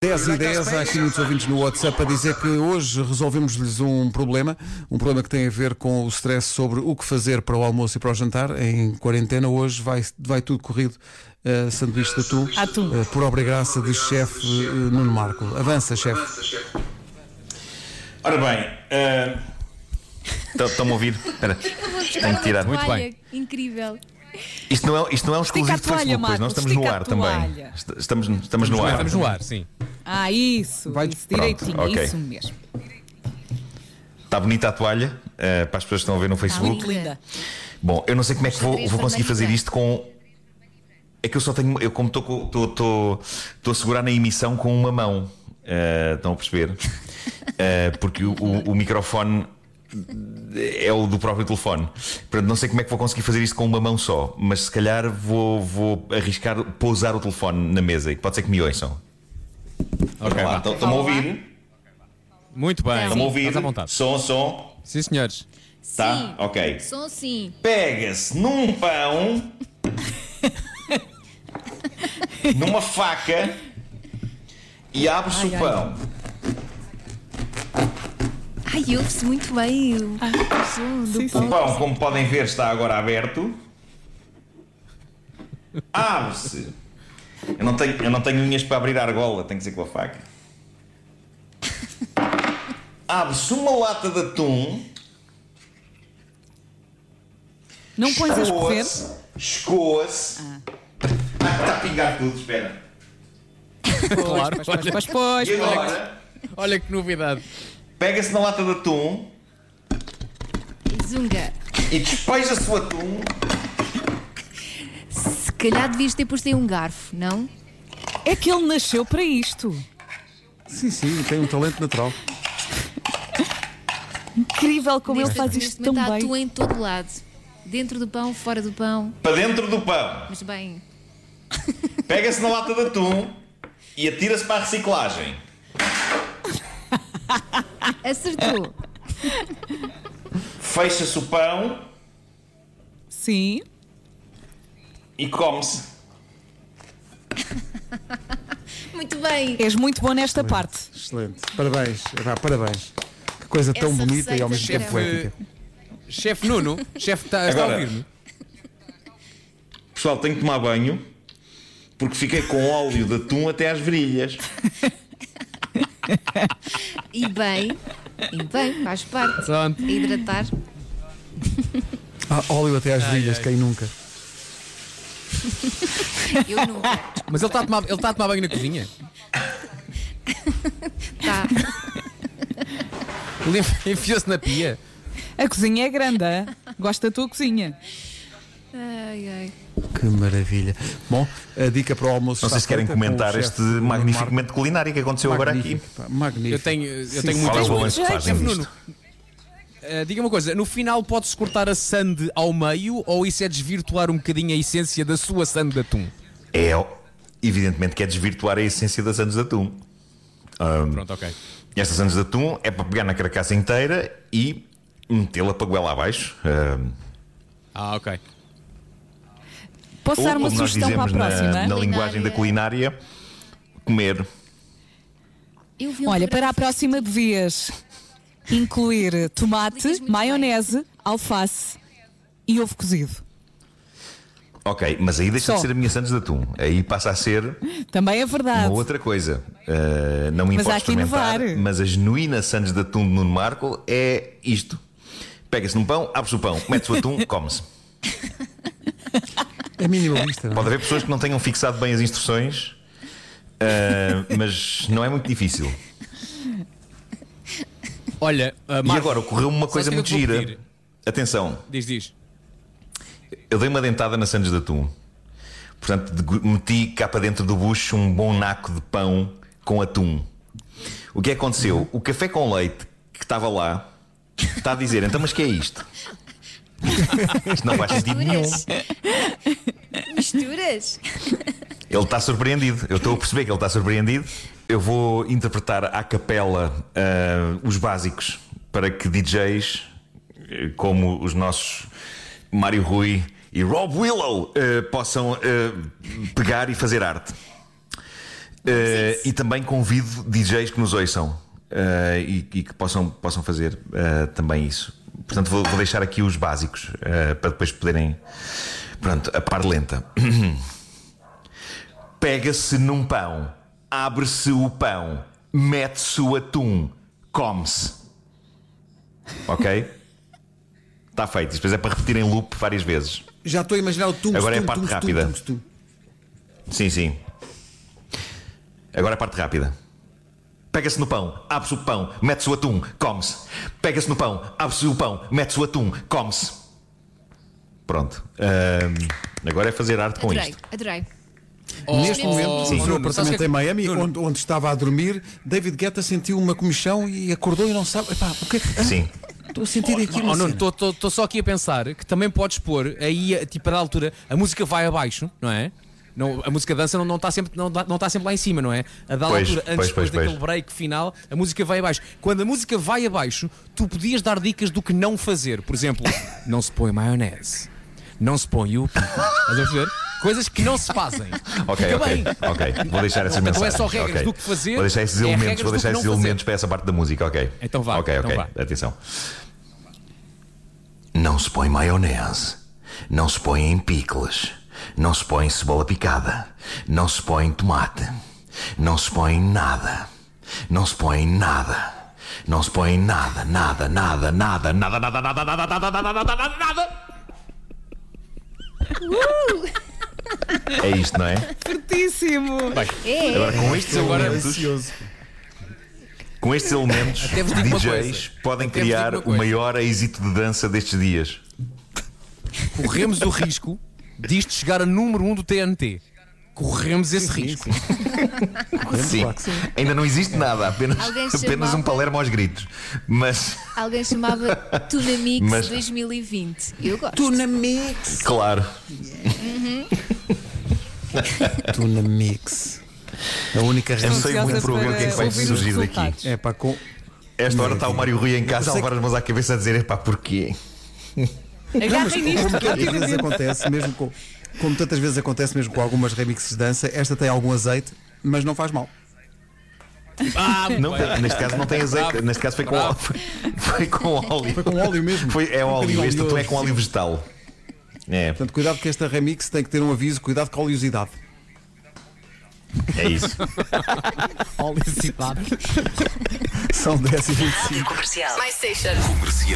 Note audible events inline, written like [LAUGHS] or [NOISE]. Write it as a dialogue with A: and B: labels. A: 10 e 10, há aqui muitos ouvintes no WhatsApp a dizer que hoje resolvemos-lhes um problema, um problema que tem a ver com o stress sobre o que fazer para o almoço e para o jantar. Em quarentena, hoje vai, vai tudo corrido. Uh, sanduíche de atum,
B: Atum.
A: uh, por obra e graça de chefe uh, Nuno Marco. Avança, chefe.
C: Ora bem, ah,
D: Estão-me a ouvir? Espera, tenho que tirar.
E: Muito
B: Olha,
E: bem.
B: incrível.
D: Isto não é, isto não é um exclusivo de
B: a toalha,
D: Facebook, pois
B: Marco,
D: não estamos
B: estica
D: no
B: a
D: ar também.
B: toalha.
D: Est- Estamos, estamos no ar.
E: Estamos no ar, sim.
B: Ah, isso,
A: Vai-
B: isso direitinho,
D: Pronto, ok.
B: isso mesmo.
D: Está bonita a toalha, eh, para as pessoas que estão a ver no Facebook.
B: Ah, Muito linda.
D: Bom, eu não sei como é que vou,
E: Xadrez
D: vou conseguir
E: vermelho e
D: fazer
E: branco.
D: isto com. É que eu só tenho. Eu, como estou com- estou estou- estou a segurar na emissão com uma mão. eh, estão a perceber? Eh, porque o, o- o microfone é o do próprio telefone. Portanto, não sei como é que vou conseguir fazer isto com uma mão só. Mas se calhar vou, vou arriscar pousar o telefone na mesa e pode ser que me ouçam.
E: Ok,
D: Olá,
E: vá.
D: estão estão-me a ouvir?
E: Muito bem.
D: Estão-me a ouvir?
E: Estás à vontade.
D: Som, som.
E: Sim, senhores.
D: Tá?
E: Sim.
D: Ok.
E: São sim.
D: pega-se num pão, numa faca e abre-se o pão.
E: Ai, ouve-se muito bem o o som do
B: Sim,
E: pão.
D: O pão, como podem ver, está agora aberto. Abre-se. Eu não, tenho, eu não tenho unhas para abrir a argola, tenho que ser com a faca. Abre-se uma lata de atum.
B: Não pões a escorrer?
D: Escoa-se. Escoa-se. Ah, está a pingar tudo, espera.
E: Claro.
B: Pois,
E: Olha,
B: pois, pois.
D: E agora,
E: olha que novidade.
D: pega-se na lata de atum.
F: Zunga,
D: e despeja-se o atum.
F: se calhar devias ter posto aí um garfo, não?
B: É que ele nasceu para isto.
A: Sim, sim, tem um talento natural.
B: Incrível como ele
F: Neste-
B: faz
F: neste
B: isto tão
F: momento há
B: bem.
F: atum em todo lado. Dentro do pão, fora do pão,
D: Para dentro do pão,
F: mas bem,
D: pega-se na lata de atum e atira-se para a reciclagem.
F: acertou.
D: Fecha-se o pão
B: Sim.
D: e come-se.
F: Muito bem.
B: És muito bom nesta parte.
A: Excelente. Parabéns. Epá, parabéns. Que coisa tão
F: Essa
A: bonita e ao mesmo
F: receita
A: tempo poética.
E: Chefe Nuno, chefe, está, está a
D: Agora.
E: ouvir-me?
D: Pessoal, tenho que tomar banho porque fiquei com óleo de atum até às virilhas.
F: E bem, e bem, faz parte.
E: Pronto.
F: A hidratar.
A: Ah, óleo até às virilhas,
E: ai.
A: quem nunca.
F: Eu nunca.
E: Mas ele está a tomar, ele está a tomar banho na cozinha?
F: Tá.
E: Ele [LAUGHS] enfiou-se na pia?
B: A cozinha é grande, hã? gosto da tua cozinha.
F: Ai, ai.
A: Que maravilha. Bom, a dica para o almoço.
D: Não sei
A: está
D: se querem
A: feita com o
D: comentar
A: chefe
D: este
A: Nuno
D: magnífico
A: Marco.
D: momento culinário que aconteceu agora aqui.
A: Magnífico, pá, magnífico.
E: Eu tenho, eu
A: Sim,
E: tenho
A: sim.
D: Qual
E: muitas
D: é o
E: muito
D: balanço que
E: jeito,
D: fazem
E: chefe
D: disto?
E: Nuno. Ah, diga uma coisa, no final pode-se cortar a sande ao meio ou isso é desvirtuar um bocadinho a essência da sua sande de atum?
D: É, evidentemente, que é desvirtuar a essência das anos de atum. Hum.
E: Pronto, ok.
D: Estas sandes de atum é para pegar na carcaça inteira e metê-la para goela abaixo. Ah,
E: Ah, ok.
B: Posso
D: Ou,
B: dar uma
D: como nós
B: sugestão para a
D: dizemos
B: próxima?
D: na, na linguagem
F: Culinária.
D: da culinária, comer.
F: Eu vi um
B: Olha, para
F: programa-
B: a próxima devias incluir tomate,
F: Explicas muito
B: maionese, alface e ovo cozido.
D: Ok, mas aí deixa
B: Só.
D: de ser a minha Santos de Atum. Aí passa a ser
B: Também é
D: uma
B: verdade.
D: outra coisa. Uh, não me
B: Mas
D: importa
B: há que
D: experimentar,
B: inovar.
D: mas a genuína Santos de Atum de Nuno Marco é isto: pega-se num pão, abre-se o pão, mete-se o atum, come-se.
A: É minimalista, não é?
D: Pode haver pessoas que não tenham fixado bem as instruções, uh, mas não é muito difícil.
E: Olha, ah,
D: E
E: Marco,
D: agora ocorreu uma coisa
E: o que é
D: muito
E: que eu te vou
D: gira. Atenção,
E: diz, diz.
D: Eu dei uma dentada na Sandes de Atum. Portanto, degu- meti cá para dentro do bucho um bom naco de pão com atum. O que é que aconteceu? O café com leite que estava lá está a dizer: então, mas que é isto? Isto não faz sentido nenhum.
B: [LAUGHS]
F: Misturas? Misturas?
D: Ele está surpreendido. Eu estou a perceber que ele está surpreendido. Eu vou interpretar à capela ah, os básicos para que DJs eh, como os nossos Mário Rui ah, e Rob Willow eh, possam eh, pegar e fazer arte. Eh, e também convido DJs que nos ouçam eh, e, e que possam, possam fazer eh, também isso. Portanto, vou, vou deixar aqui os básicos eh, para depois poderem. Pronto, a par lenta. Pega-se num pão, abre-se o pão, mete-se o atum, come-se. Ok? Está feito. Isto depois é para repetir em loop várias vezes.
A: Já estou a imaginar o tum.
D: Agora é a
A: tum,
D: parte
A: tum, tum,
D: rápida.
A: tum, tum, tum.
D: Sim, sim. Agora a parte rápida. Pega-se no pão, abre-se o pão, mete-se o atum, come-se. Pega-se no pão, abre-se o pão, mete-se o atum, come-se. Pronto. Ahm, agora é fazer arte com
F: Adorei,
D: isto.
F: adorei.
A: Neste momento,
E: Sim.
A: no seu
E: Oh, Nuno, sabes
A: apartamento
E: que é
A: em
E: que-
A: Miami,
E: Nuno.
A: onde, onde estava a dormir, David Guetta sentiu uma comichão e acordou e não sabe. Epá, o que é que.
D: Sim.
A: Estou a sentir aqui. uma
E: Oh, Nuno,
A: cena.
E: estou só aqui a pensar que também podes pôr aí, eh, tipo, a da altura, a música vai abaixo, não é? Não, a música dança não está sempre, não, dá- não tá sempre lá em cima, não é? A da
D: Pois,
E: altura, antes
D: pois,
E: depois
D: pois, pois.
E: daquele break final, a música vai abaixo. Quando a música vai abaixo, tu podias dar dicas do que não fazer.
D: [LAUGHS]
E: Por exemplo, não se põe maionese, não se põe o pico. Estás a perceber? Coisas que não se fazem.
D: Ok, [LAUGHS]
E: Fica
D: ok.
E: bem.
D: Ok. Vou deixar essa
E: Não, então
D: mensagem.
E: é só regras
D: Ok.
E: do que fazer,
D: Vou deixar esses
E: é regras
D: elementos,
E: do
D: vou deixar
E: que
D: esses
E: não
D: elementos para essa parte da música, ok.
E: Então vá,
D: Ok,
E: então
D: ok.
E: vá.
D: Atenção. Não se põe maionese. Não se põe em picles. Não se põe cebola picada. Não se põe tomate. Não se põe nada. Não se põe nada. Não se põe nada, nada, nada, nada, nada, nada, nada, nada, nada, nada, nada, nada, nada. É isto, não é?
B: Certíssimo!
F: É,
D: Agora com estes elementos. Com estes elementos,
E: Até vos digo uma
D: DJs
E: coisa.
D: podem
E: Até vos digo
D: criar
E: uma
D: o
E: coisa.
D: maior êxito de dança destes dias.
E: Corremos o risco disto chegar a número 1 um do TNT. Corremos esse risco.
D: Sim. Ainda não existe nada, apenas,
F: Alguém
D: apenas um
F: chamava-
D: palermo aos gritos. Mas,
F: alguém chamava Tunamix
D: Mas-
F: 2020. Eu gosto.
A: Tu na mix.
D: claro,
A: Tu na mix. A única
D: eu
A: razão.
D: sei muito por ver o que é que vai
B: ouvir os
D: surgir daqui.
B: resultados.
A: É pá, com.
D: Esta hora está o Mário Rui em casa a levar as mãos à cabeça a dizer: epá, porquê?
B: Agarrem nisto
A: Como tantas vezes
B: rapidamente.
A: acontece, mesmo com. Como tantas vezes acontece, mesmo com algumas remixes de dança, esta tem algum azeite, mas não faz mal.
D: Não, neste caso não tem azeite, neste caso foi com, óleo, [LAUGHS] foi, foi com óleo.
A: Foi com óleo mesmo.
D: Foi, é
A: Um
D: óleo,
A: bocadinho
D: este tu é com
A: oleoso.
D: óleo vegetal. É,
A: Portanto, cuidado que esta remix tem que ter um aviso, cuidado com a oleosidade.
D: é isso.
A: [LAUGHS] São 10 e 25.
G: Rádio Comercial.